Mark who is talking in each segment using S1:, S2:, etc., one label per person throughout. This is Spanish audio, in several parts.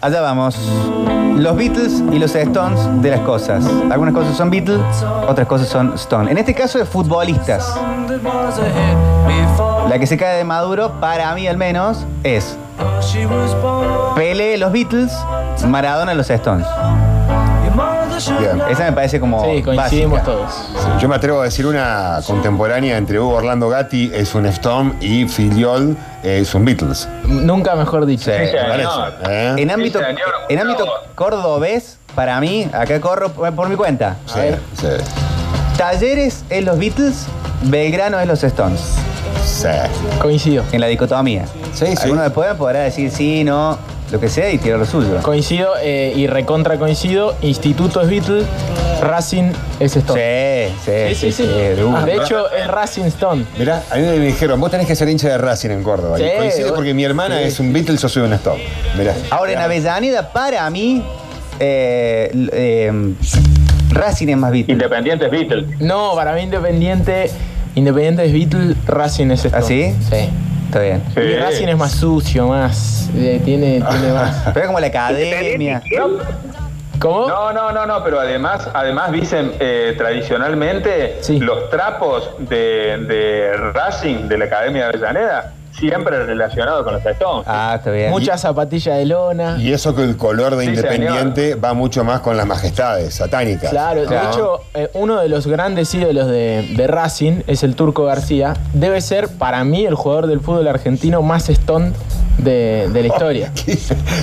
S1: allá vamos. Los Beatles y los Stones de las cosas. Algunas cosas son Beatles, otras cosas son Stone. En este caso de futbolistas. La que se cae de Maduro, para mí al menos, es Pele los Beatles, Maradona los Stones.
S2: Bien.
S1: Esa me parece como
S3: Sí, coincidimos
S1: Oh, básica.
S3: todos.
S2: Yo me atrevo a decir una contemporánea entre Hugo Orlando Gatti, es un Stone, y Filiol es un Beatles.
S3: Nunca mejor dicho.
S1: Sí.
S2: Me parece, ¿eh?
S1: En ámbito,
S4: Sí, señor,
S1: en ámbito
S4: Gustavo.
S1: cordobés, para mí, acá corro por por mi cuenta.
S2: Sí, sí,
S1: Talleres es los Beatles, Belgrano es los Stones.
S2: sí.
S3: Coincido.
S1: En la dicotomía.
S2: Sí, sí.
S1: Alguno después podrá decir sí, no, lo que sea y tirar lo suyo.
S3: Coincido eh, y recontra coincido. Instituto es Beatle, Racing es Stone.
S1: Sí, sí, sí, sí, Ah, de
S3: De,
S1: una.
S3: hecho, es Racing Stone.
S2: Mirá, a mí me dijeron, vos tenés que ser hincha de Racing en Córdoba.
S3: Sí,
S2: y coincide
S3: vos-
S2: porque mi hermana
S3: sí.
S2: es un Beatles, yo soy un Stone. Mirá.
S1: Ahora en Avellaneda, para mí, eh, l- eh, Racing es más Beatles.
S4: Independientes Beatles.
S3: No, para mí Independiente, Independiente es Beatle, Racing es Stone.
S1: ¿Ah, sí?
S3: Sí.
S1: Está bien.
S4: Sí.
S3: Y Racing es más sucio, más. eh, tiene, tiene más.
S1: Pero es como la academia.
S3: ¿Cómo?
S4: No, no, no, no, pero además, además dicen eh, tradicionalmente
S3: Sí.
S4: los trapos de, de Racing, de la Academia de Avellaneda, siempre relacionados con los Stones.
S1: Ah, está bien.
S3: Muchas zapatillas de lona.
S2: Y eso que el color de
S4: Sí,
S2: Independiente va mucho más con las majestades satánicas.
S3: Claro, de
S2: ¿no?
S3: hecho, eh, uno de los grandes ídolos de, de Racing es el Turco García. Debe ser, para mí, el jugador del fútbol argentino más stone de, de la historia.
S2: Sí,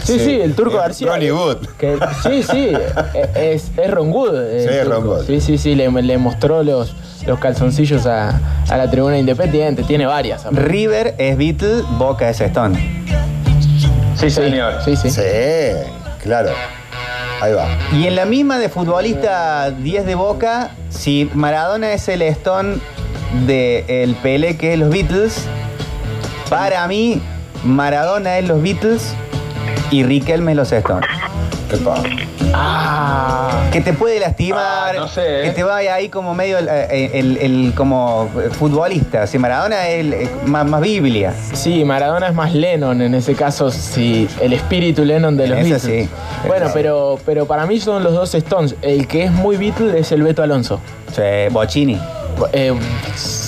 S3: Sí, sí, el Turco García.
S2: Eh, Ronnie Wood.
S3: Que- sí, sí, eh, es, es Ron Wood. eh,
S2: Sí,
S3: el
S2: es
S3: turco.
S2: Ron Wood.
S3: Sí, sí, sí, le, le mostró los, los calzoncillos a, a la tribuna independiente. Tiene varias. aparte.
S1: River es Beatles, Boca es Stone.
S3: Sí,
S4: sí, señor.
S3: sí, sí.
S2: Sí, claro. Ahí va.
S1: Y en la misma de futbolista 10 de Boca, si Maradona es el Stone de el Pelé que es los Beatles, para mí Maradona es los Beatles y Riquelme es los Stones.
S2: Epa.
S3: Ah,
S1: Que te puede lastimar,
S4: Ah, no sé, ¿eh?
S1: que te vaya ahí como medio el, eh, el- el- como futbolista. Si Maradona es el- eh, más, más Biblia.
S3: sí, Maradona es más Lennon en ese caso, sí, el espíritu Lennon de los
S1: Eso
S3: Beatles.
S1: sí.
S3: Bueno,
S1: Eso sí.
S3: pero, pero para mí son los dos Stones. El que es muy Beatle es el Beto Alonso.
S1: Che, Bochini.
S3: Eh,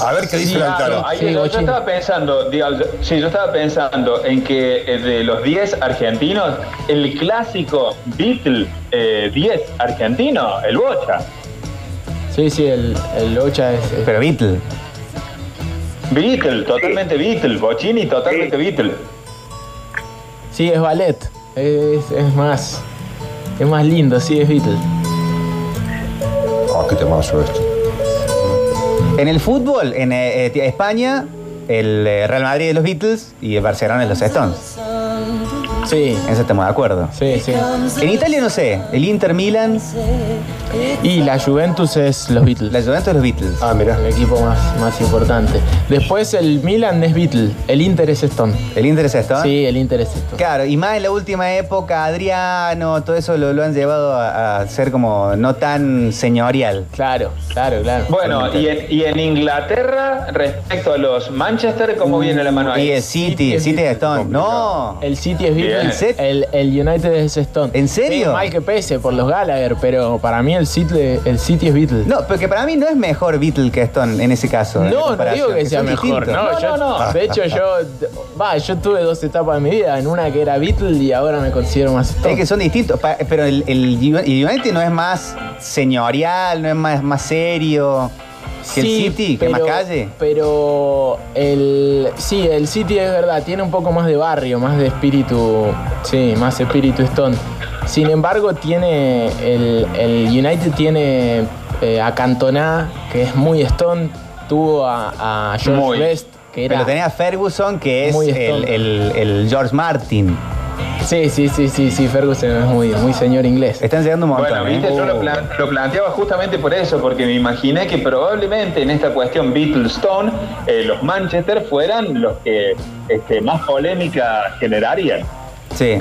S2: A ver qué dice
S3: sí,
S2: Lautaro.
S4: Ahí
S3: Sí,
S4: yo, yo
S3: Bochini.
S4: estaba pensando, digo, yo- sí, yo estaba pensando en que eh, de los 10 argentinos, el clásico Beatle eh, 10 argentino, el Bocha.
S3: Sí, sí, el, el Ocha es. es-
S1: Pero Beatle.
S4: Beatle, totalmente Beatle, Bochini totalmente Beatle.
S3: sí, es ballet. Es, es más. Es más lindo, sí, es Beatle.
S2: Ah, qué temazo esto.
S1: En el fútbol, en eh, eh, España, el eh, Real Madrid de los Beatles y el Barcelona de los Stones.
S3: Sí,
S1: En eso estamos de acuerdo.
S3: sí, sí.
S1: En Italia no sé, el Inter Milan,
S3: Y la Juventus es los Beatles.
S1: la Juventus de los Beatles.
S2: Ah, mirá.
S3: El equipo más, más importante. Después el Milan es Beatle. El Inter es Stone.
S1: El Inter es Stone.
S3: Sí, el Inter es Stone.
S1: Claro, y más en la última época, Adriano, todo eso lo, lo han llevado a, a ser como no tan señorial.
S3: Claro, claro, claro.
S4: Bueno, y en, y en Inglaterra, respecto a los Manchester, ¿cómo viene la mano
S1: Mm, Y
S4: ahí?
S1: el City, el City es Stone. No.
S3: El City es
S4: Bien.
S3: Beatles, el, el United es Stone.
S1: ¿En serio?
S3: Sí, mal que pese por los Gallagher, pero para mí el City, el City es Beatles.
S1: No, porque para mí no es mejor Beatle que Stone en ese caso. en
S3: No, no
S1: comparación,
S3: digo que sea
S1: son
S3: mejor.
S1: distintos.
S3: No, yo, De hecho, yo. Va, yo tuve dos etapas de mi vida. En una que era Beatle y ahora me considero más Stone.
S1: Es que son distintos, pa- pero el, el United no es más señorial, no es más, más serio que
S3: Sí,
S1: el City, que es más calle.
S3: Pero el. Sí, el City es verdad, tiene un poco más de barrio, más de espíritu. Sí, más espíritu Stone. Sin embargo, tiene. El, el United tiene eh, a Cantona, que es muy Stone. Tuvo a, a George
S4: Muy.
S3: Best, que era.
S1: Pero tenés a Ferguson, que es
S3: Muy
S1: el,
S3: Stone.
S1: el- el George Martin.
S3: Sí, sí, sí, sí, sí, Ferguson es muy, muy señor inglés.
S1: Están llegando un montón.
S4: Bueno, viste,
S1: ¿eh?
S4: yo lo, plan- lo planteaba justamente por eso, porque me imaginé que probablemente en esta cuestión Beatles-Stone, eh, los Manchester fueran los que este, más polémica generarían.
S1: Sí.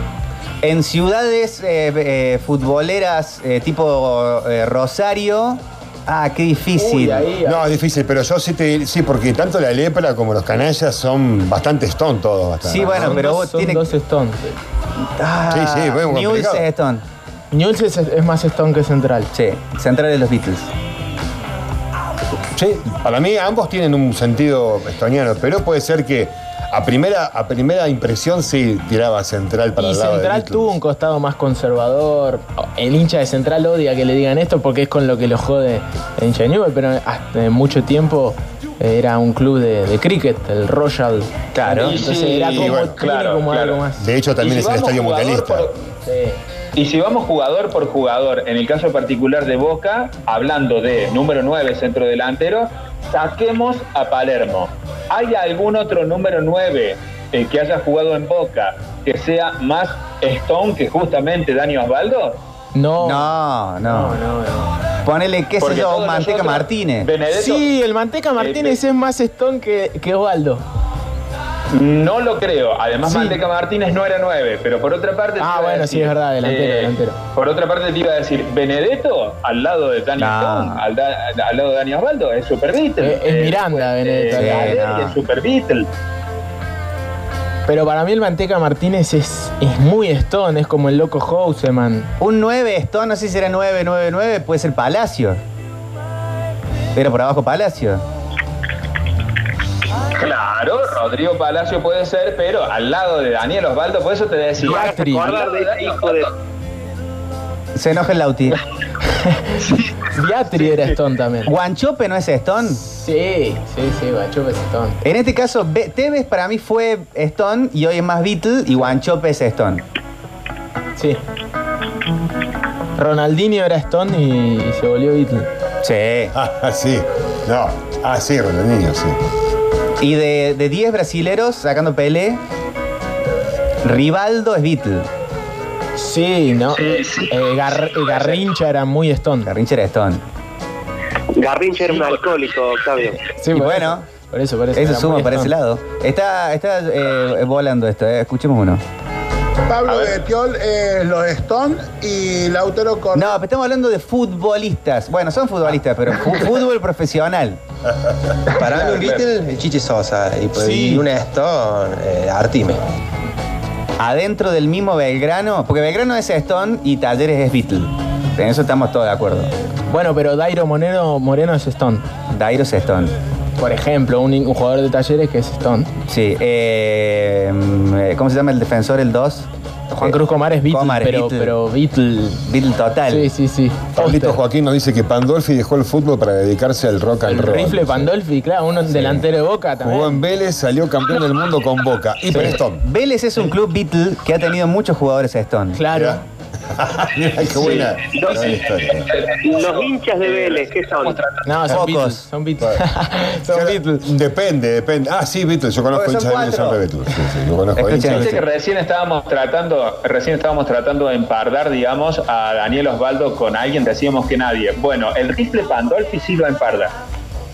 S1: En ciudades eh, eh, futboleras eh, tipo eh, Rosario. Ah, qué difícil.
S3: Uy, ahí,
S2: No, es difícil, pero yo sí te. Sí, porque tanto la lepra como los canallas son bastante stone todos. Bastante,
S1: Sí, bueno,
S3: Son
S1: pero
S3: dos-
S1: vos
S3: son
S1: tiene-
S3: dos Stones.
S1: Ah,
S2: Sí, sí, fue complicado.
S1: Newell's es Stone.
S3: Newell's es, es más Stone que Central.
S1: Sí, central de los Beatles.
S2: Sí, para mí ambos tienen un sentido estoniano, pero puede ser que a primera, a primera impresión sí tiraba central para
S3: Y
S2: el lado de
S3: Central
S2: Beatles.
S3: tuvo un costado más conservador. El hincha de Central odia que le digan esto porque es con lo que lo jode el hincha de Newell, pero hace mucho tiempo eh, era un club de, de cricket, el Royal.
S1: Claro.
S3: Entonces
S4: Sí,
S3: era como,
S2: bueno,
S3: tiene
S4: claro,
S3: como
S4: claro.
S3: algo más.
S2: De hecho, también
S4: Y
S2: es
S4: si
S2: el
S4: vamos
S2: estadio
S4: jugador
S2: mundialista.
S4: por-
S3: Sí.
S4: Y si vamos jugador por jugador, en el caso particular de Boca, hablando de número 9 centro delantero, saquemos a Palermo. ¿Hay algún otro número 9 eh, que haya jugado en Boca que sea más Stone que justamente Dani Osvaldo?
S3: No.
S1: No, no.
S3: Oh. no, no.
S1: Ponele, qué sé
S4: Porque
S1: yo,
S4: todos
S1: Manteca
S4: nosotros-
S1: Martínez.
S4: Benedetto,
S3: Sí, el
S4: Eh,
S3: Manteca Martínez es más Stone que, que Osvaldo.
S4: no lo creo. Además,
S3: Sí.
S4: Manteca Martínez no era 9, pero por otra parte. te
S3: Ah,
S4: iba a eh,
S3: bueno, sí, es verdad, delantero, delantero.
S4: Por otra parte, te iba a decir, Benedetto al lado de Dani
S1: No.
S4: Stone, al, da- al lado de Dani Osvaldo, es Super Beatle.
S3: Eh, es Miranda, Benedetto.
S4: eh,
S1: Sí,
S4: Galeri
S1: no.
S4: es Super Beatle.
S3: Pero para mí el Manteca Martínez es, es muy Stone, es como el loco Houseman.
S1: Un 9 Stone, no sé si será 999, puede ser Palacio. Era por abajo Palacio.
S4: Claro, Rodrigo Palacio puede ser, pero al lado de Daniel Osvaldo, por eso te decía.
S3: Lastri.
S4: Al lado
S3: este
S4: de Dani Osvaldo.
S1: Se enoja el Lauti.
S3: Diatri era Stone también.
S1: Guanchope no es Stone.
S3: Sí, sí, sí, Guachupe es Stone.
S1: En este caso, Be- Tevez para mí fue Stone y hoy es más Beatle y Guanchope es Stone.
S3: Sí. Ronaldinho era Stone y, y se volvió Beatle.
S1: Sí.
S2: Ah, sí. No. Ah, sí, Ronaldinho, sí.
S1: Y de de 10 brasileros, sacando Pelé, Rivaldo es Beatle.
S3: Sí, ¿no?
S4: Sí, sí.
S3: Eh, Gar- eh, Garrincha era muy Stone.
S1: Garrincha era Stone.
S5: Garrincha era un alcohólico, Octavio.
S3: Sí,
S1: Y
S3: por
S1: bueno,
S3: eso, por eso, por eso.
S1: Eso
S3: era
S1: suma
S3: muy
S1: para ese
S3: Stone.
S1: lado. Está, está eh, volando esto, eh. escuchemos uno.
S6: Pablo de Piol, eh, los Stone y Lautaro Cortés.
S1: No, pero estamos hablando de futbolistas. Bueno, son futbolistas, pero fu- fútbol profesional.
S7: Para mí un Beatle, el Chichi Sosa. Y, pues,
S3: Sí.
S7: y un Stone, eh, Artime.
S1: Adentro del mismo Belgrano, porque Belgrano es Stone y Talleres es Beatle. En eso estamos todos de acuerdo.
S3: Bueno, pero Dairo Moreno, Moreno es Stone.
S1: Dairo es Stone.
S3: Por ejemplo, un, un jugador de talleres que es Stone.
S1: Sí. eh, mm, ¿Cómo se llama el defensor, el 2?
S3: Juan Cruz Comar es Beatle,
S1: Comar es
S3: pero,
S1: Beatle.
S3: pero Beatle.
S1: Beatle total.
S3: Sí, sí, sí.
S2: Pablito
S3: Foster.
S2: Joaquín nos dice que Pandolfi dejó el fútbol para dedicarse al rock and
S3: El
S2: roll.
S3: rifle Pandolfi, claro, uno delantero de Boca también.
S2: Jugó en Vélez, salió campeón del mundo con Boca. Y Prestón.
S1: Vélez es un club Beatle que ha tenido muchos jugadores Stone.
S3: Claro.
S2: Mirá qué buena,
S4: Sí.
S2: gran historia. eh.
S4: eh,
S5: Los hinchas de Vélez, ¿qué son?
S3: No, son
S1: Pocos.
S3: Beatles. Son Beatles. son
S2: Será-
S3: Beatles.
S2: Depende, depende. Ah, sí, Beatles. Yo conozco
S1: Porque son
S2: hinchas de Vélez, son
S1: cuatro.
S2: re Beatles. Sí, sí, yo conozco
S1: Escuchen,
S2: hinchas.
S4: Viste que recién estábamos tratando, recién estábamos tratando de empardar, digamos, a Daniel Osvaldo con alguien, decíamos que nadie. Bueno, el rifle Pandolfi sí lo emparda.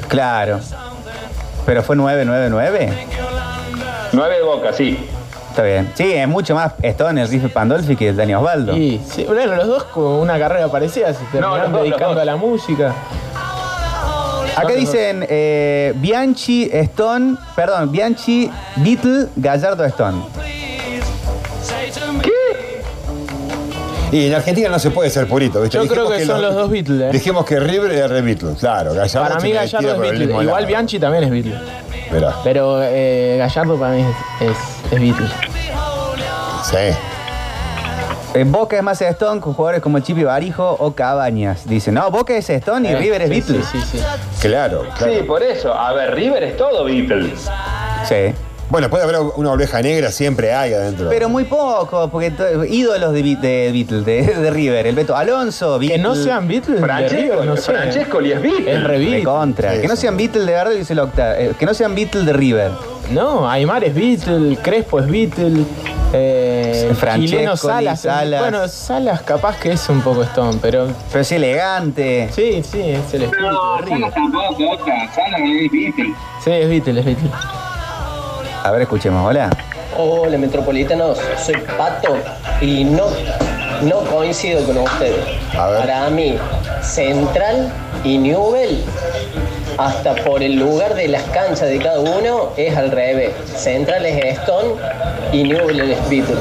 S1: Claro. Pero fue 999.
S4: 9 de boca, sí.
S1: Está bien. Sí, es mucho más Stone el rifle Pandolfi que el Dani Osvaldo.
S3: Y sí, bueno, los dos con una carrera parecida, se terminaron
S4: los dos, los
S3: dedicando
S4: dos.
S3: a la música.
S1: Acá dicen eh, Bianchi, Stone, perdón, Bianchi, Beatle, Gallardo, Stone.
S2: Y en Argentina no se puede ser purito, ¿viste?
S3: Yo
S2: Dijimos
S3: creo que son los dos Beatles, ¿eh?
S2: Dijimos que River era re Beatles, claro. Gallardo
S3: Para mí
S2: se
S3: Gallardo
S2: tira
S3: es
S2: por el
S3: Beatle.
S2: mismo
S3: Igual
S2: lado.
S3: Bianchi también es Beatle.
S2: Mirá,
S3: Pero eh, Gallardo para mí es, es, es Beatle.
S2: sí.
S1: Eh, Boca es más Stone con jugadores como Chipi Barijo o Cabañas. Dicen, no, Boca es Stone y
S3: Eh,
S1: River es
S3: sí,
S1: Beatle.
S3: Sí, sí, sí.
S2: Claro, claro.
S4: Sí, por eso. A ver, River es todo Beatles.
S1: Sí.
S2: Bueno, puede haber una oveja negra, siempre hay adentro.
S1: Pero muy poco, porque to- ídolos de, Beat- de Beatle, de, de River. El Beto Alonso, Beatle.
S3: Que no sean Beatles, de
S4: Francesco,
S3: River, no sé.
S4: Francescoli es Beatle.
S3: Es re
S1: de
S3: Beatle.
S1: contra.
S2: Sí,
S1: que no
S2: sí.
S1: sean Beatle de verdad, dice el Octa. Eh, que no sean Beatle de River.
S3: No, Aymar es Beatle, Crespo es Beatle. Eh,
S1: Francescoli,
S3: chileno Salas,
S1: Salas.
S3: Bueno, Salas capaz que es un poco Stone, pero
S1: Pero es elegante.
S3: sí, sí, es el espíritu de River. Sí, es Beatle, es Beatle.
S1: A ver, escuchemos, hola.
S8: Hola metropolitanos, soy Pato y no, no coincido con ustedes.
S2: A ver.
S8: Para mí, Central y Newell, hasta por el lugar de las canchas de cada uno, es al revés. Central es Stone y Newell es Beatles.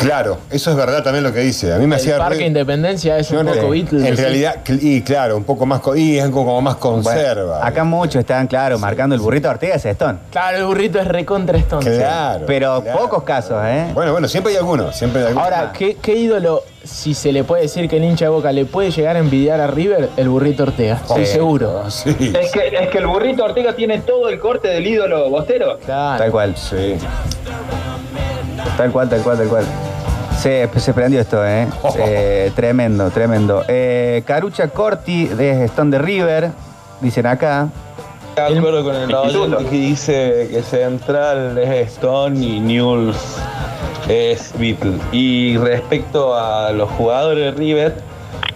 S2: Claro, eso es verdad también lo que dice. A mí me hacía
S3: el Parque
S2: ruido-
S3: Independencia es
S2: Yo
S3: un
S2: no-
S3: poco Beatles.
S2: En
S3: ¿sí?
S2: realidad, cl- y claro, un poco más, co- y es como más
S1: Bueno,
S2: conserva.
S1: acá muchos están, claro, marcando el burrito Ortega es Stone.
S3: Claro, el burrito es recontra Stone.
S2: Claro.
S1: Pero
S2: claro.
S1: pocos casos, ¿eh?
S2: Bueno, bueno, siempre hay algunos, siempre hay algunos.
S3: Ahora, ¿qué, qué ídolo, si se le puede decir que el hincha de Boca le puede llegar a envidiar a River? El burrito Ortega, estoy
S2: Sí.
S3: seguro.
S2: Ah, Sí,
S1: eh,
S4: Es que, es que el burrito Ortega tiene todo el corte del ídolo bostero.
S1: Tal
S3: Claro.
S1: cual,
S2: sí.
S1: tal cual, tal cual, tal cual. Se, se prendió esto, ¿eh?
S2: Oh.
S1: Eh, Tremendo, tremendo. Eh, Carucha Corti de Stone de River, dicen acá.
S9: Estoy de acuerdo con el
S4: Instituto.
S9: oyente que dice que Central es Stone y Newell's es Beatle. Y respecto a los jugadores de River,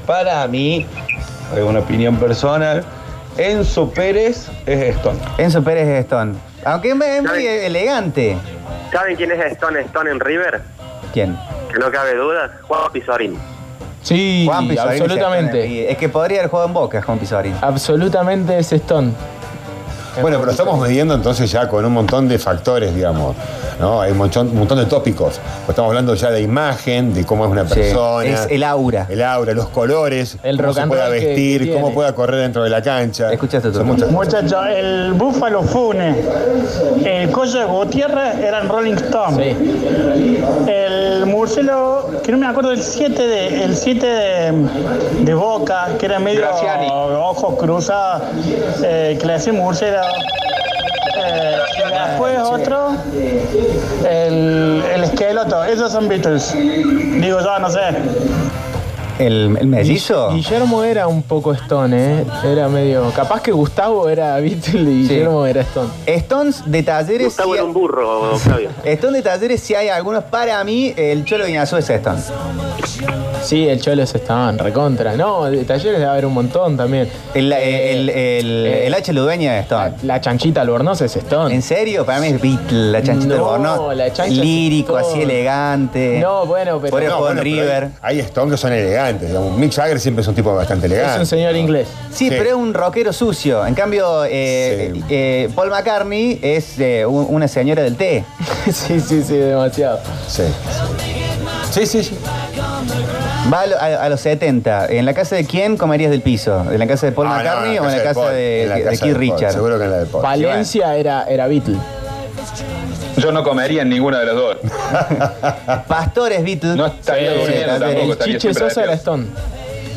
S9: para mí, es una opinión personal, Enzo Pérez es Stone.
S1: Enzo Pérez es Stone. Aunque es muy
S5: Ay.
S1: elegante.
S5: ¿Saben quién es Stone Stone en River?
S1: ¿Quién?
S5: Que no cabe duda, Juan Pizorín.
S3: Sí,
S1: Pizarro,
S3: absolutamente. Ah,
S1: Es que podría haber jugado en Boca Juan Pizorín.
S3: Absolutamente es Stone.
S1: eh,
S2: Bueno, pero estamos midiendo entonces ya con un montón de factores, digamos. ¿no? Hay un montón, un montón de tópicos. Pues Estamos hablando ya de imagen, de cómo es una
S1: Sí,
S2: persona.
S1: es el aura.
S2: El aura, los colores,
S3: El
S2: cómo
S3: rock
S2: se
S3: and
S2: pueda
S3: roll que-
S2: vestir,
S3: que
S2: cómo
S3: tiene.
S2: pueda correr dentro de la cancha.
S1: Escuchaste tú.
S2: Son muchas cosas.
S10: Muchachos, el Búfalo Funes, el Coyo de Gutiérrez eran Rolling Stone.
S3: Sí.
S10: El Murciélago, que no me acuerdo, el 7 de, el 7 de, de Boca, que era medio
S4: Graziani.
S10: ojos cruzados, eh, que le decía Murciélago. Eh, y después otro, el, el esqueleto, esos son Beatles. Digo yo, no sé.
S1: ¿El, el mellizo?
S3: Guillermo era un poco Stone, ¿eh? Era medio. Capaz que Gustavo era Beatle y
S1: Sí.
S3: Guillermo era Stone.
S1: Stones de talleres.
S5: Gustavo
S1: sí-
S5: era un burro, Octavio.
S1: Stone de talleres, si hay algunos. Para mí, el Cholo Guiñazú es Stone.
S3: Sí, el Cholos estaban recontra. No, de talleres debe haber un montón también.
S1: El, el, el, el,
S3: Eh.
S1: el H. Ludueña es
S3: La,
S1: Stone.
S3: la chanchita Albornoz es Stone.
S1: ¿En serio? Para mí es Beatle, la chanchita
S3: No,
S1: Albornoz.
S3: la chancha
S1: Lírico,
S3: es Stone.
S1: así elegante.
S3: No, bueno, pero.
S1: Podría
S2: No,
S1: jugar
S2: bueno,
S1: en
S2: pero
S1: River.
S2: Hay, hay Stone que son elegantes. Digamos. Mick Jagger siempre es un tipo bastante elegante.
S3: Es un señor inglés.
S1: Sí,
S2: Sí.
S1: pero es un rockero sucio. En cambio, eh,
S2: Sí.
S1: eh, Paul McCartney es eh, un- una señora del té.
S3: sí, sí, sí, demasiado.
S2: Sí. Sí, sí, sí.
S1: Va a, lo- a- a los 70. ¿En la casa de quién comerías del piso? ¿En la casa de Paul
S2: Ah, no,
S1: McCartney o en la
S2: de
S1: casa
S2: Paul,
S1: de,
S2: en la
S1: de
S2: casa
S1: Keith
S2: de Paul,
S1: Richards?
S2: Seguro que en la de Paul.
S3: Valencia era, era Beatle.
S4: Yo no comería en ninguno de los dos.
S1: Pastores Beatles.
S4: No estaría
S1: Sí,
S4: durmiendo
S1: sí,
S4: tampoco.
S1: sí.
S3: El
S4: estaría
S3: Chiche
S4: siempre
S3: Sosa era
S4: despierto.
S3: Stone.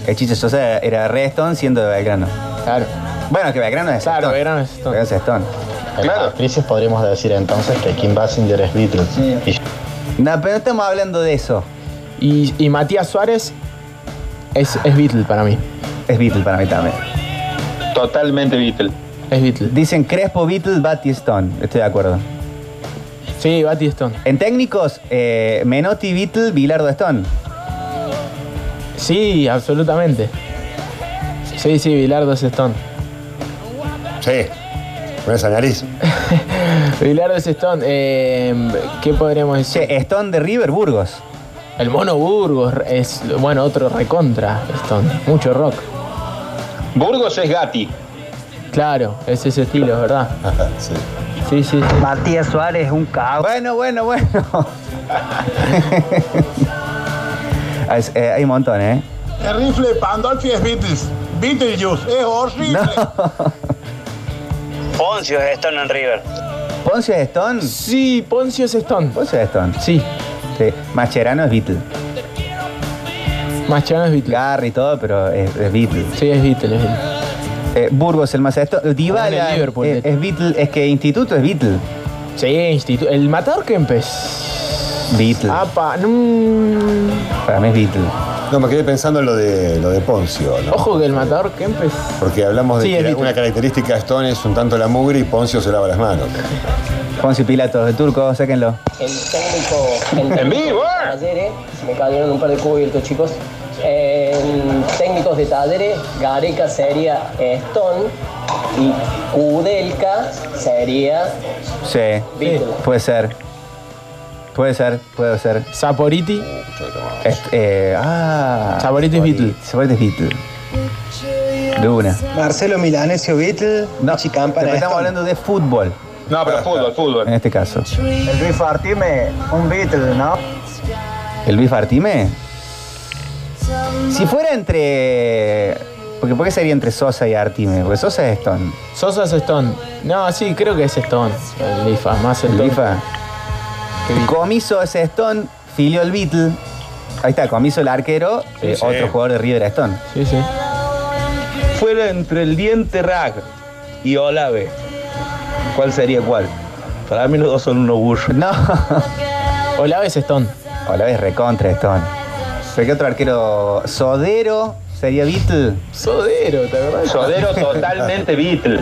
S1: El Chicho Sosa era Redstone siendo de Belgrano.
S3: Claro.
S1: Bueno, que Belgrano es
S3: Claro,
S1: Stone.
S3: Belgrano es Stone.
S1: Belgrano es Stone.
S4: Claro.
S10: Crisis podríamos decir entonces que Kim Basinger es Beatles.
S1: No, pero no estamos hablando de eso.
S3: Y, y Matías Suárez es, es Beatle para mí.
S1: Es Beatle para mí también.
S4: Totalmente Beatle.
S3: Es Beatle.
S1: Dicen Crespo, Beatles, Batty Stone. Estoy de acuerdo.
S3: Sí, Batty Stone.
S1: En técnicos, eh, Menotti, Beatle, Bilardo Stone.
S3: Sí, absolutamente. Sí, sí, Bilardo es Stone.
S2: Sí. Con esa nariz.
S3: Bilardo es Stone. Eh, ¿Qué podríamos decir?
S1: Che, Stone de River Burgos.
S3: El Mono Burgos es, bueno, otro recontra Stone. Mucho rock.
S4: Burgos es Gatti.
S3: Claro, es ese estilo, es ¿verdad?
S2: sí.
S3: Sí, sí, sí.
S7: Matías Suárez es un caos.
S1: Bueno, bueno, bueno. Es- eh, hay un montón, ¿eh?
S6: El rifle Pandolfi es Beatles. Beetlejuice es horrible.
S10: Poncio es Stone en River.
S1: Poncio es Stone.
S3: Sí, Poncio es Stone.
S1: Poncio es Stone.
S3: Sí,
S1: Sí. Mascherano es Beatle.
S3: Machado es Beatle.
S1: Garry y todo, pero es, es Beatle.
S3: Sí, es Beatle, es Beatle.
S1: Eh, Burgos el más esto.
S3: Como en
S1: Dybala
S3: el
S1: es,
S3: Liverpool, de hecho.
S1: es Beatle. Es que Instituto es Beatle.
S3: Sí, instituto. El Matador Kempes.
S1: Beatle.
S3: Apa, no.
S1: Para mí es Beatle.
S2: No, me quedé pensando en lo de, lo de Poncio, ¿no?
S3: Ojo que el Matador Kempes.
S2: Porque hablamos de
S3: Sí,
S2: que
S3: es
S2: la-
S3: Beatle.
S2: una característica de Stone es un tanto la mugre y Poncio se lava las manos.
S1: Poncio Pilatos de Turco, sáquenlo.
S8: El técnico. el técnico
S4: ¡En vivo!
S8: de Talleres, se me cayeron un par de cubiertos, chicos. En técnicos de Talleres, Gareca sería Stone y Kudelka sería
S1: Sí.
S8: Beatle.
S1: Puede ser. Puede ser, puede ser.
S3: Saporiti.
S1: Est- eh, ah.
S3: Saborito es Beatle.
S1: Saborito es Beatle. De una.
S7: Marcelo Milanesio Beatle,
S1: No,
S7: Michi Campana
S1: pero estamos
S7: Stone.
S1: hablando de fútbol
S4: No, pero fútbol, fútbol.
S1: en este caso.
S10: El Riff Artime, un Beatle, ¿no?
S1: ¿El Luis Bartime? Si fuera entre. Porque ¿por qué sería entre Sosa y Artime? Porque Sosa es Stone.
S3: Sosa es Stone. No, sí, creo que es Stone. El Lifa, más el,
S1: El Lifa. Comiso es Stone, Filio el Beatle. Ahí está, Comiso el arquero, eh,
S9: sí.
S1: otro jugador de River era Stone.
S3: Sí, sí.
S9: Fuera entre el diente Rag y Olave, ¿cuál sería cuál? Para mí los dos son unos burros.
S1: No.
S3: Olave es Stone.
S1: Olave es recontra Stone. ¿Pero qué otro arquero? Sodero sería Beatle.
S3: Sodero, ¿te acordás?
S4: Sodero totalmente Beatle.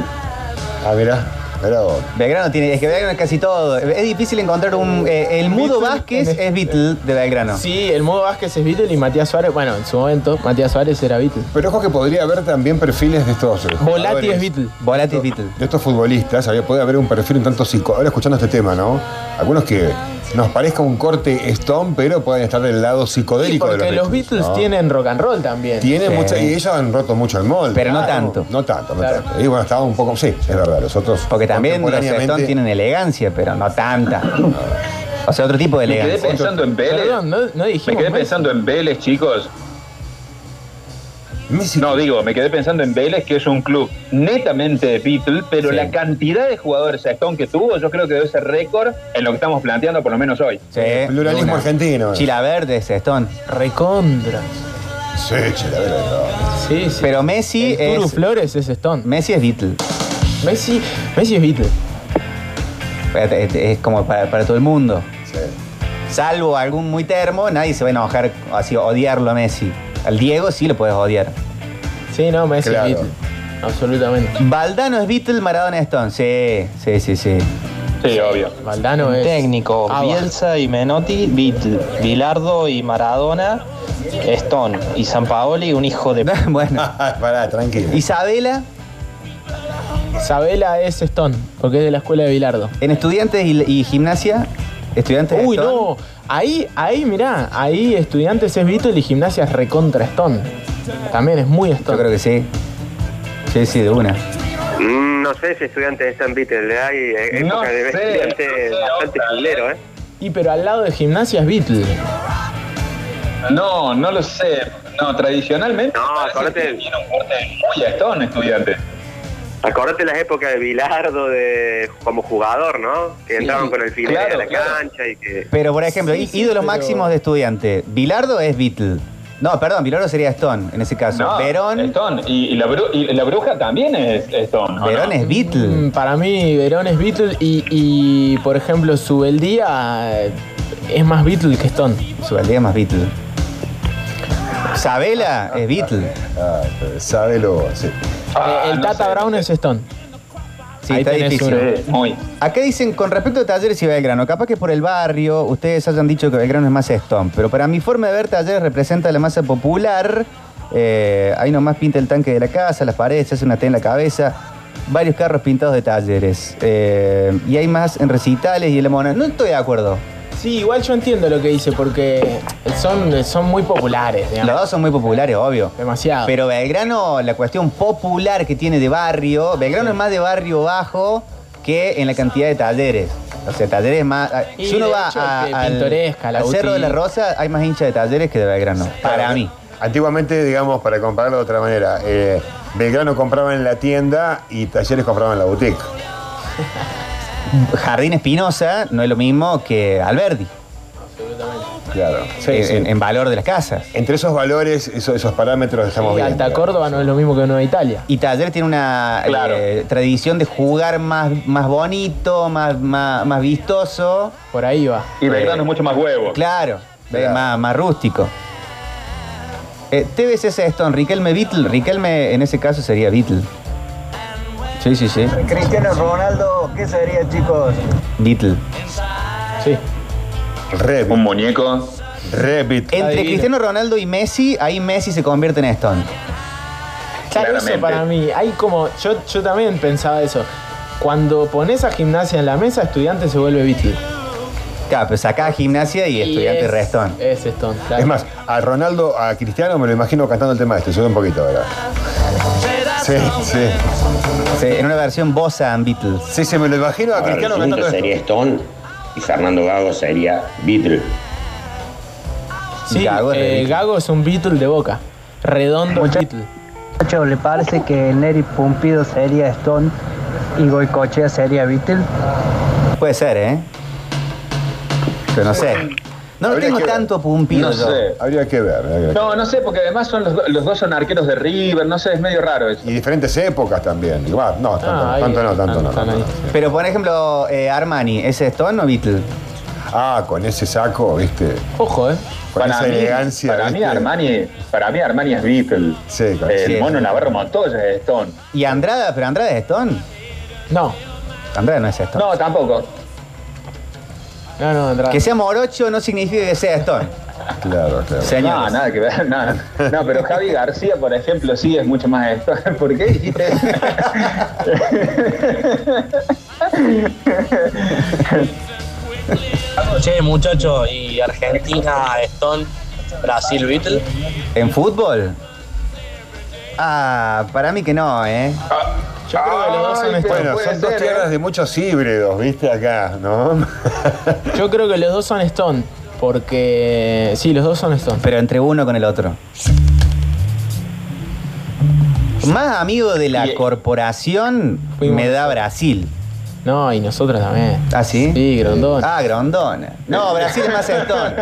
S2: Ah, mirá, mirá vos.
S1: Belgrano tiene, es que Belgrano es casi todo. Es difícil encontrar un. eh, el mudo
S3: Beatle
S1: Vázquez
S3: en- este-
S1: es Beatle de Belgrano.
S3: Sí, el Mudo Vázquez es Beatle y Matías Suárez, bueno, en su momento, Matías Suárez era Beatle.
S2: Pero ojo que podría haber también perfiles de estos. eh,
S3: Volati
S2: jugadores.
S3: es Beatle.
S1: Volati es Beatle.
S2: de estos futbolistas, había, puede haber un perfil un tanto psico. Ahora escuchando este tema, ¿no? Algunos que nos parezca un corte Stone, pero pueden estar del lado
S3: Sí,
S2: psicodélico
S3: porque
S2: de
S3: los Beatles
S2: ¿no?
S3: tienen rock and roll también.
S2: Tienen
S1: Sí.
S2: mucha. Y ellos han roto mucho el molde.
S1: Pero no tanto.
S2: No, tanto, no
S3: Claro.
S2: tanto. Y bueno, estaba un poco. Sí, es verdad, los otros.
S1: Porque también los Stone
S2: contemporáneamente-
S1: tienen elegancia, pero no tanta. O sea, otro tipo de
S4: Me quedé
S1: elegancia.
S4: pensando en Vélez.
S3: Perdón, no, no dijimos.
S4: Me quedé
S3: más.
S4: pensando en Vélez, chicos.
S2: Messi-
S4: No, digo, me quedé pensando en Vélez, que es un club netamente Beatle, pero
S1: Sí.
S4: la cantidad de jugadores Actón que tuvo, yo creo que debe ser récord en lo que estamos planteando, por lo menos hoy.
S1: Sí,
S2: Pluralismo
S1: una.
S2: argentino.
S1: Chila Verde es Stone.
S3: Recontra.
S2: Sí, Chila, verdad.
S3: Sí, sí.
S1: Pero Messi
S3: El Turu
S1: es.
S3: Flores es Stone.
S1: Messi es Beatle.
S3: Messi, Messi es Beatle.
S1: Es, es- es como para, para todo el mundo.
S2: Sí.
S1: Salvo algún muy termo, nadie se va a enojar así, odiarlo a Messi. Al Diego sí lo puedes odiar.
S3: Sí, no, Messi
S2: Claro.
S3: es Beatle. Absolutamente.
S1: Valdano es Beatle, Maradona es Stone. Sí, sí, sí, sí.
S4: Sí, obvio.
S3: Valdano es.
S7: Técnico,
S3: Ah, va.
S7: Bielsa y Menotti, Beatle, Bilardo y Maradona, Stone y San Paoli, un hijo de...
S1: bueno.
S2: Pará, tranquilo.
S1: Isabela
S3: Sabela es Stone, porque es de la escuela de Bilardo.
S1: en estudiantes y, y gimnasia. Estudiantes de
S3: Uy,
S1: Stone.
S3: no. Ahí, ahí, mirá, ahí estudiantes es Beatle y gimnasia es recontra Stone. También es muy
S1: Yo
S3: Stone.
S1: creo que sí. Sí, sí, de una.
S5: Mm, No sé si estudiantes están Beatles, hay eh,
S4: No
S5: época de
S4: sé,
S5: estudiante
S4: no sé,
S5: bastante
S4: otra,
S5: fulero, ¿eh?
S3: Y pero al lado de gimnasia es Beatle.
S4: No, no lo sé. No, tradicionalmente.
S5: No,
S4: parece
S5: acordate.
S4: que Tiene un corte muy Actón, estudiante.
S5: Acordate las épocas de Bilardo de, como jugador, ¿no? Que entraban con el filete
S4: claro,
S5: a la
S4: claro.
S5: cancha y que...
S1: Pero, por ejemplo,
S3: Sí,
S1: í-
S3: sí,
S1: ídolos
S3: pero-
S1: máximos de estudiante. Bilardo es Beatle. No, perdón, Bilardo sería Stone en ese caso.
S4: No,
S1: Verón,
S4: Stone. Y, y la bru- y la bruja también es Stone. ¿o
S1: Verón
S4: no?
S1: es Beatle.
S3: Mm, Para mí, Verón es Beatle y, y, por ejemplo, Subeldía eh, es más Beatle que Stone.
S1: Subaldea es más Beatle. Sabela es Beatle.
S2: Ah, sábelo. Sí.
S4: Ah,
S3: Eh, el
S4: no
S3: Tata
S4: sé.
S3: Brown es Stone.
S1: Sí,
S3: Ahí
S1: está
S3: tenés
S1: difícil.
S3: uno.
S4: Sí, muy.
S1: Acá dicen, con respecto a Talleres y Belgrano, capaz que por el barrio ustedes hayan dicho que Belgrano es más Stone, pero para mi forma de ver, Talleres representa a la masa popular. Eh, ahí nomás pinta el tanque de la casa, las paredes, se hace una T en la cabeza, varios carros pintados de Talleres. Eh, y hay más en recitales y en la mona. No estoy de acuerdo.
S3: Sí, igual yo entiendo lo que dice porque son, son muy populares,
S1: Los
S3: digamos.
S1: dos son muy populares, obvio.
S3: Demasiado.
S1: Pero Belgrano, la cuestión popular que tiene de barrio, Belgrano es más de barrio bajo que en la cantidad de talleres. O sea, talleres es más. ah,
S3: Y
S1: Si uno
S3: de
S1: va
S3: hecho,
S1: a-
S3: que
S1: al,
S3: pintoresca, la
S1: al
S3: UTI.
S1: Cerro de la Rosa, hay más hinchas de talleres que de Belgrano. Para mí.
S2: Antiguamente, digamos, para compararlo de otra manera, eh, Belgrano compraba en la tienda y Talleres compraban en la boutique.
S1: Jardín Espinosa no es lo mismo que Alberdi
S2: Claro.
S1: en,
S2: Sí, sí.
S1: en- en valor de las casas.
S2: Entre esos valores, esos, esos parámetros estamos
S3: Y
S2: bien.
S3: Alta Córdoba no es lo mismo que Nueva Italia.
S1: Y Talleres tiene una
S4: Claro.
S1: eh, tradición de jugar más, más bonito, más, más, más vistoso.
S3: Por ahí va.
S4: Y Belgrano es mucho más huevo.
S1: Claro,
S2: Claro.
S1: eh, Más, más rústico. Eh, TBC es Stone, Riquelme Beatle. Riquelme en ese caso sería Beatle. Sí, sí, sí.
S7: Cristiano Ronaldo, ¿qué sería, chicos?
S1: Beatle.
S3: Sí.
S2: Re,
S4: Un muñeco.
S2: re bit.
S1: Entre
S3: divino.
S1: Cristiano Ronaldo y Messi, ahí Messi se convierte en Stone.
S3: Claro, eso
S4: Claramente.
S3: para mí. Hay como. Yo, yo también pensaba eso. Cuando pones a gimnasia en la mesa, estudiante se vuelve Beatle.
S1: Claro, pero sacá gimnasia y estudiante
S3: es-
S1: re Stone.
S3: Es Stone, claro.
S2: Es más, a Ronaldo, a Cristiano me lo imagino cantando el tema este. Yo un poquito ahora. Sí, sí.
S1: Sí, en una versión Bossa and Beatles.
S2: Sí, se me lo imagino a Cristiano cantando esto.
S11: sería Stone y Fernando Gago sería Beatle.
S3: Sí,
S1: Gago es re
S3: eh,
S1: Beatle.
S3: Gago es un Beatle de boca. Redondo Beatle.
S11: Muchacho, ¿le parece que Neri Pumpido sería Stone y Goicochea sería Beatle?
S1: Puede ser, ¿eh? Pero no sé. No lo
S4: Habría
S1: tengo
S4: que ver.
S1: tanto pumpido
S4: No
S1: yo.
S4: sé.
S2: Habría que ver. habría que ver.
S4: No, no sé, porque además son los, do- los dos son arqueros de River, no sé, es medio raro eso.
S2: Y diferentes épocas también. Y va, no, tanto,
S1: Ah,
S2: no,
S1: ahí
S2: tanto no, tanto no.
S1: están
S2: tanto
S1: ahí.
S2: no.
S1: Pero por ejemplo, eh, Armani, ¿es Stone o Beatle?
S2: Ah, con ese saco, viste.
S3: Ojo, ¿eh?
S2: Con esa elegancia,
S4: Para mí,
S2: ¿viste?
S4: Armani, para mí Armani es Beatle. eh,
S2: Sí, claro.
S4: El
S2: Sí,
S4: mono
S2: sí.
S4: Navarro Montoya es Stone.
S1: ¿Y Andrada? ¿Pero Andrada es Stone?
S3: No.
S1: Andrada no es Stone.
S4: No, tampoco.
S3: No, no, Andrada.
S1: Que sea morocho no significa que sea Stone.
S2: Claro, claro.
S1: Señores.
S4: No, nada que ver, no, no. No, pero Javi García, por ejemplo, sí es mucho más Stone. ¿Por qué dijiste eso?
S7: Che, muchachos, y Argentina, Stone, Brasil, Beatle.
S1: ¿En fútbol? Ah, para mí que no, ¿eh?
S3: Yo creo que los dos son
S2: Ay,
S3: Stone.
S2: bueno, son dos tierras de muchos híbridos, viste, acá, ¿no?
S3: Yo creo que los dos son Stone. Porque. Sí, los dos son Stone.
S1: Pero entre uno con el otro. Más amigo de la corporación me da Brasil.
S3: No, y nosotros también.
S1: ¿Ah, sí?
S3: Sí, Grondona. Eh.
S1: Ah, Grondona. No, Brasil es más Stone.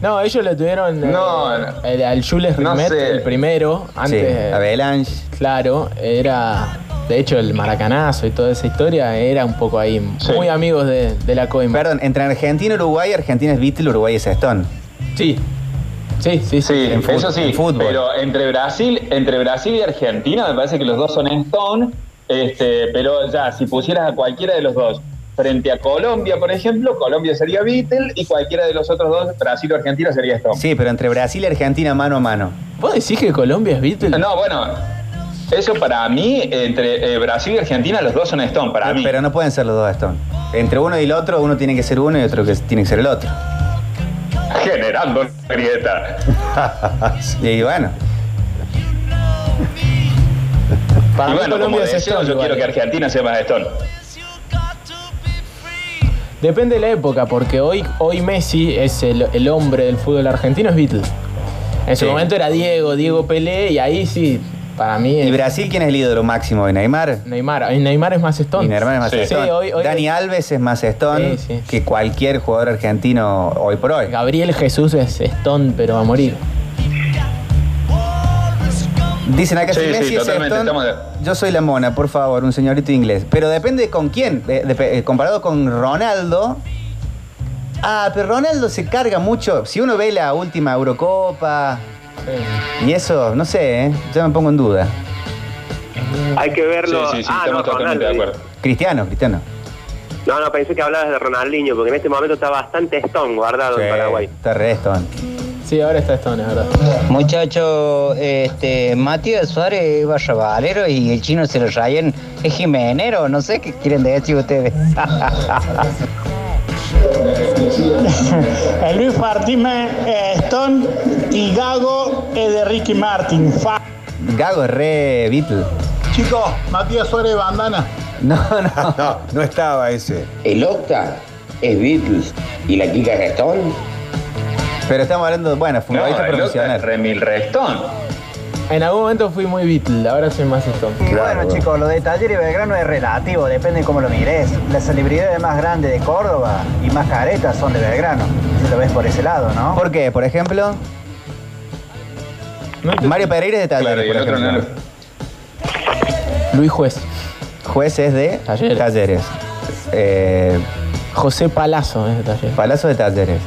S3: No, ellos le tuvieron eh,
S4: No, no.
S3: el- al Jules
S4: No
S3: Rimet,
S4: sé.
S3: el primero, antes.
S1: Sí, Avalanche.
S3: Claro, era. De hecho, el maracanazo y toda esa historia era un poco ahí. Muy amigos de, de la coima.
S1: Perdón, entre Argentina y Uruguay, Argentina es Beatle, Uruguay es Stone.
S3: Sí. Sí, sí, sí.
S4: Sí,
S1: En fut-
S4: eso sí,
S1: en fútbol.
S4: pero entre Brasil, entre Brasil y Argentina me parece que los dos son Stone, este, pero ya, si pusieras a cualquiera de los dos frente a Colombia, por ejemplo, Colombia sería Beatle y cualquiera de los otros dos, Brasil o Argentina, sería
S3: Oh.
S4: Stone.
S1: Sí, pero entre Brasil y Argentina mano a mano.
S3: ¿Vos decís que Colombia es Beatle?
S4: No, bueno, eso para mí, entre eh, Brasil y Argentina, los dos son Stone, para mí.
S1: Pero no pueden ser los dos Stone. Entre uno y el otro, uno tiene que ser uno y otro que tiene que ser el otro.
S4: Generando grieta.
S1: Y bueno,
S3: Para
S4: y
S3: mí
S4: bueno, como
S3: Colombia es
S4: deseo,
S3: Stone
S4: yo
S3: igual.
S4: quiero que Argentina sea más Stone.
S3: Depende de la época, porque hoy, hoy Messi es el, el hombre del fútbol argentino, es Beatle. En su
S1: Sí.
S3: momento era Diego, Diego Pelé, y ahí sí, para mí
S1: ¿y
S3: es
S1: Brasil quién es el ídolo máximo de Neymar?
S3: Neymar. Ay, Neymar es más Stone.
S1: Mi hermano es más
S3: Sí.
S1: Stone.
S3: Sí, hoy- hoy-
S1: Dani Alves es más Stone
S3: Sí, sí.
S1: que cualquier jugador argentino hoy por hoy.
S3: Gabriel Jesús es Stone, pero va a morir.
S1: Dicen acá,
S4: Sí,
S1: si
S4: sí,
S1: Messi es
S4: totalmente,
S1: Stone,
S4: estamos de-
S1: yo soy la mona, por favor, un señorito inglés. Pero depende con quién. eh, dep- eh, comparado con Ronaldo... Ah, pero Ronaldo se carga mucho. Si uno ve la última Eurocopa y eso, no sé, ¿eh? yo me pongo en duda.
S5: Hay que verlo.
S4: Sí, sí, sí,
S5: ah, no,
S4: estamos totalmente de
S5: Ronaldo.
S4: acuerdo.
S1: Cristiano, Cristiano.
S5: No, no, pensé que hablabas de Ronaldinho, porque en este momento está bastante Stone guardado en Paraguay.
S1: Está re Stone.
S3: Sí, ahora está Stone, es verdad.
S12: Muchacho, este, Matías Suárez es barra valero y el chino se lo rayen es jimenero, no sé qué quieren decir ustedes.
S10: Eh, Luis Martínez eh, Stone y Gago es de Ricky Martin. Fa-
S1: Gago es re Beatle.
S6: Chicos, Matías Suárez Bandana.
S1: No, no.
S2: No, no estaba ese.
S13: El Octa es Beatles y la Kika es Stone.
S1: Pero estamos hablando, de, bueno, futbolista
S4: el otro
S1: profesional.
S4: es Remil Restón.
S3: En algún momento fui muy Beatle, ahora soy más Stone.
S12: Y
S2: Claro,
S12: bueno,
S2: bueno.
S12: chicos, lo de Taller y Belgrano es relativo, depende cómo lo mires. Las celebridades más grandes de Córdoba y más caretas son de Belgrano, si lo ves por ese lado, ¿no?
S1: ¿Por qué? Por ejemplo,
S3: No entendí.
S1: Mario Pereira es de Talleres,
S4: Claro, y el
S1: por
S4: otro
S1: ejemplo.
S4: no.
S3: Luis Juez,
S1: Juez es de
S3: Talleres.
S1: Talleres. Eh,
S3: José Palazzo ¿eh? es de taller.
S1: Palazo de Talleres.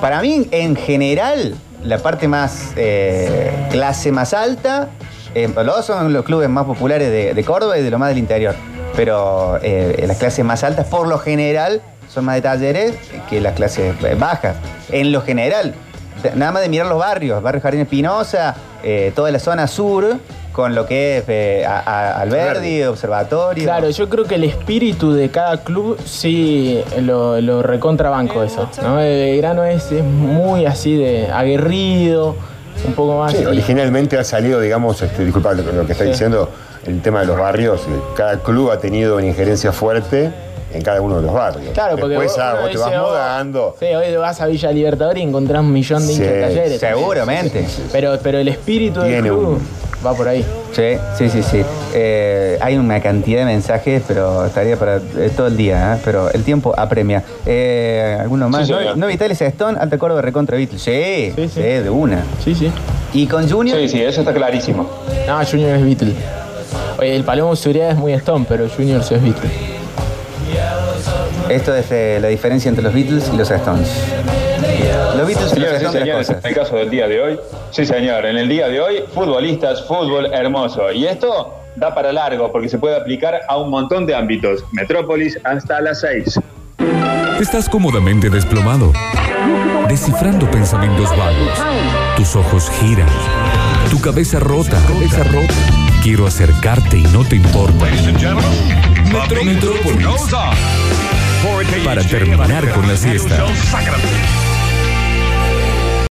S1: Para mí, en general, la parte más eh, clase más alta, eh, los dos son los clubes más populares de, de Córdoba y de lo más del interior. Pero eh, las clases más altas, por lo general, son más de talleres que las clases eh, bajas. En lo general, de- nada más de mirar los barrios, barrio Jardín Espinosa, eh, toda la zona sur, con lo que es eh, a- a- Alberdi, Observatorio.
S3: Claro, yo creo que el espíritu de cada club sí lo, lo recontrabanco eso. ¿no? El Belgrano es, es muy así de aguerrido, un poco más.
S2: Sí,
S3: y-
S2: originalmente ha salido, digamos, este, disculpa lo, lo que está diciendo, el tema de los barrios. eh, Cada club ha tenido una injerencia fuerte en cada uno de los barrios.
S3: Claro, porque
S2: Después
S3: vos-
S2: ah,
S3: uno
S2: vos te
S3: dice,
S2: vas
S3: oh,
S2: mudando.
S3: Sí, hoy vas a Villa Libertador y encontrás un millón de hinchas
S2: Sí,
S3: de talleres. también.
S1: seguramente.
S3: Pero, pero el espíritu del
S1: Tiene
S3: club va por ahí.
S1: Sí, sí, sí, sí. Eh, hay una cantidad de mensajes, pero estaría para eh, todo el día, ¿eh? pero el tiempo apremia. Eh, ¿Alguno más?
S3: Sí,
S1: no,
S3: señor.
S1: no Vitales Stone, Alta Córdoba, Recontra Beatles. Sí, sí, de una.
S3: Sí, sí.
S1: ¿Y con Junior?
S4: Sí, sí, eso está clarísimo.
S3: No, Junior es Beatle. Oye, el Palomo Suriá es muy Stone, pero Junior sí es Beatle.
S1: Esto es eh, la diferencia entre los Beatles y los Stones. Los Beatles y los
S4: Señoras y
S1: Stones de las
S4: señores,
S1: cosas.
S4: en el caso del día de hoy, sí señor, en el día de hoy, futbolistas, fútbol hermoso. Y esto da para largo porque se puede aplicar a un montón de ámbitos. Metrópolis hasta las 6.
S8: Estás cómodamente desplomado, descifrando pensamientos vagos. Tus ojos giran, tu cabeza rota, cabeza rota. Quiero acercarte y no te importa. Metro- Metrópolis. Para terminar con la siesta.